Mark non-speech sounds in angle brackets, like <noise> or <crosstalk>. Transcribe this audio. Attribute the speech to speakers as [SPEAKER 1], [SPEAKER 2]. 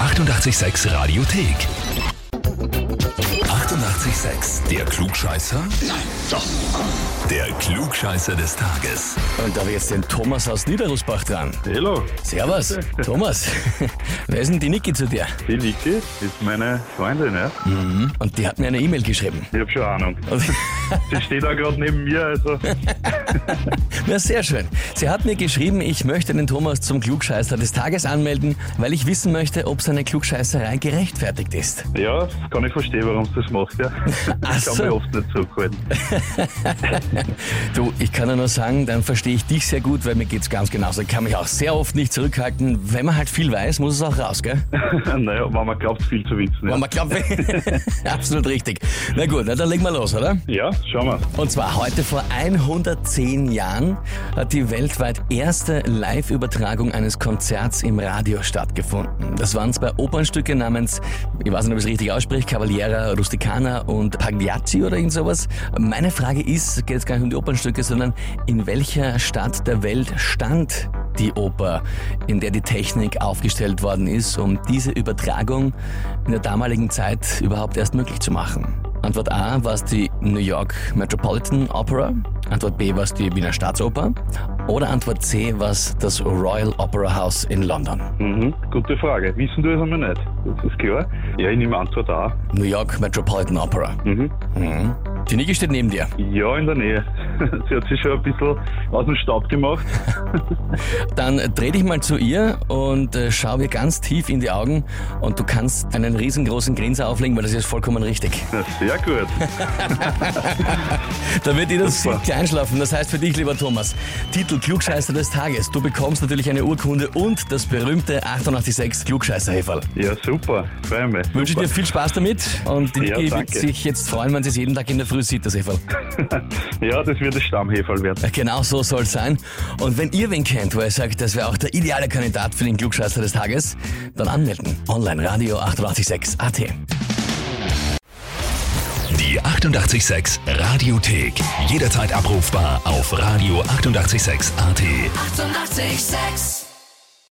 [SPEAKER 1] 886 Radiothek. 88,6. Der Klugscheißer? Nein, doch. Der Klugscheißer des Tages.
[SPEAKER 2] Und da habe ich jetzt den Thomas aus Niederusbach dran.
[SPEAKER 3] Hallo,
[SPEAKER 2] Servus, Thomas. <laughs> Wer ist denn die Niki zu dir?
[SPEAKER 3] die Niki ist meine Freundin, ja?
[SPEAKER 2] Und die hat mir eine E-Mail geschrieben.
[SPEAKER 3] Ich habe schon
[SPEAKER 2] <laughs>
[SPEAKER 3] Ahnung.
[SPEAKER 2] Und-
[SPEAKER 3] Sie steht da gerade neben mir, also
[SPEAKER 2] Na, sehr schön. Sie hat mir geschrieben, ich möchte den Thomas zum Klugscheißer des Tages anmelden, weil ich wissen möchte, ob seine Klugscheißerei gerechtfertigt ist.
[SPEAKER 3] ja, kann ich verstehen, warum sie das macht, ja?
[SPEAKER 2] Ach
[SPEAKER 3] Ich kann
[SPEAKER 2] so.
[SPEAKER 3] mich oft nicht zurückhalten. <laughs>
[SPEAKER 2] Du, ich kann ja nur sagen, dann verstehe ich dich sehr gut, weil mir geht's ganz genauso. Ich kann mich auch sehr oft nicht zurückhalten. Wenn man halt viel weiß, muss es auch raus, gell? <laughs>
[SPEAKER 3] naja, wenn man glaubt, viel zu wissen.
[SPEAKER 2] Wenn
[SPEAKER 3] Ja,
[SPEAKER 2] man glaubt, absolut richtig. Na gut, na, dann legen wir los, oder?
[SPEAKER 3] ja schauen wir.
[SPEAKER 2] Und zwar heute vor 110 Jahren hat die weltweit erste Live-Übertragung eines Konzerts im Radio stattgefunden. Das waren zwei Opernstücke namens, ich weiß nicht, ob ich es richtig ausspreche, Cavaliera Rusticana und Pagliacci oder irgend sowas. Meine Frage ist, geht es gar nicht um die Opernstücke, sondern in welcher Stadt der Welt stand die Oper, in der die Technik aufgestellt worden ist, um diese Übertragung in der damaligen Zeit überhaupt erst möglich zu machen? Antwort A war es die New York Metropolitan Opera. Antwort B war es die Wiener Staatsoper. Oder Antwort C war es das Royal Opera House in London.
[SPEAKER 3] Mhm, gute Frage. Wissen du es einmal nicht? Das ist klar. Ja, ich nehme Antwort A.
[SPEAKER 2] New York Metropolitan Opera.
[SPEAKER 3] Mhm.
[SPEAKER 2] Mhm. Die Niki steht neben dir.
[SPEAKER 3] Ja, in der Nähe. <laughs> sie hat sich schon ein bisschen aus dem Staub gemacht.
[SPEAKER 2] Dann dreh dich mal zu ihr und äh, schau ihr ganz tief in die Augen und du kannst einen riesengroßen Grinser auflegen, weil das ist vollkommen richtig.
[SPEAKER 3] Na, sehr gut.
[SPEAKER 2] Da wird jeder
[SPEAKER 3] Super.
[SPEAKER 2] sicher einschlafen. Das heißt für dich, lieber Thomas, Titel Klugscheißer des Tages. Du bekommst natürlich eine Urkunde und das berühmte 886 Klugscheißer-Heferl.
[SPEAKER 3] Ja, super. Freue mich.
[SPEAKER 2] Wünsche
[SPEAKER 3] Super.
[SPEAKER 2] dir viel Spaß damit und die
[SPEAKER 3] Ja,
[SPEAKER 2] Niki wird
[SPEAKER 3] danke.
[SPEAKER 2] sich jetzt freuen, wenn sie es jeden Tag in der Früh sieht, das Everl.
[SPEAKER 3] Ja, das wird das Stammheferl werden.
[SPEAKER 2] Genau so soll es sein. Und wenn ihr wen kennt, wo ihr sagt, das wäre auch der ideale Kandidat für den Klugscheißer des Tages, dann anmelden. Online Radio 886 AT.
[SPEAKER 1] Die 88,6 Radiothek. Jederzeit abrufbar auf radio886.at. 88,6.
[SPEAKER 4] Eighty-eight, sex.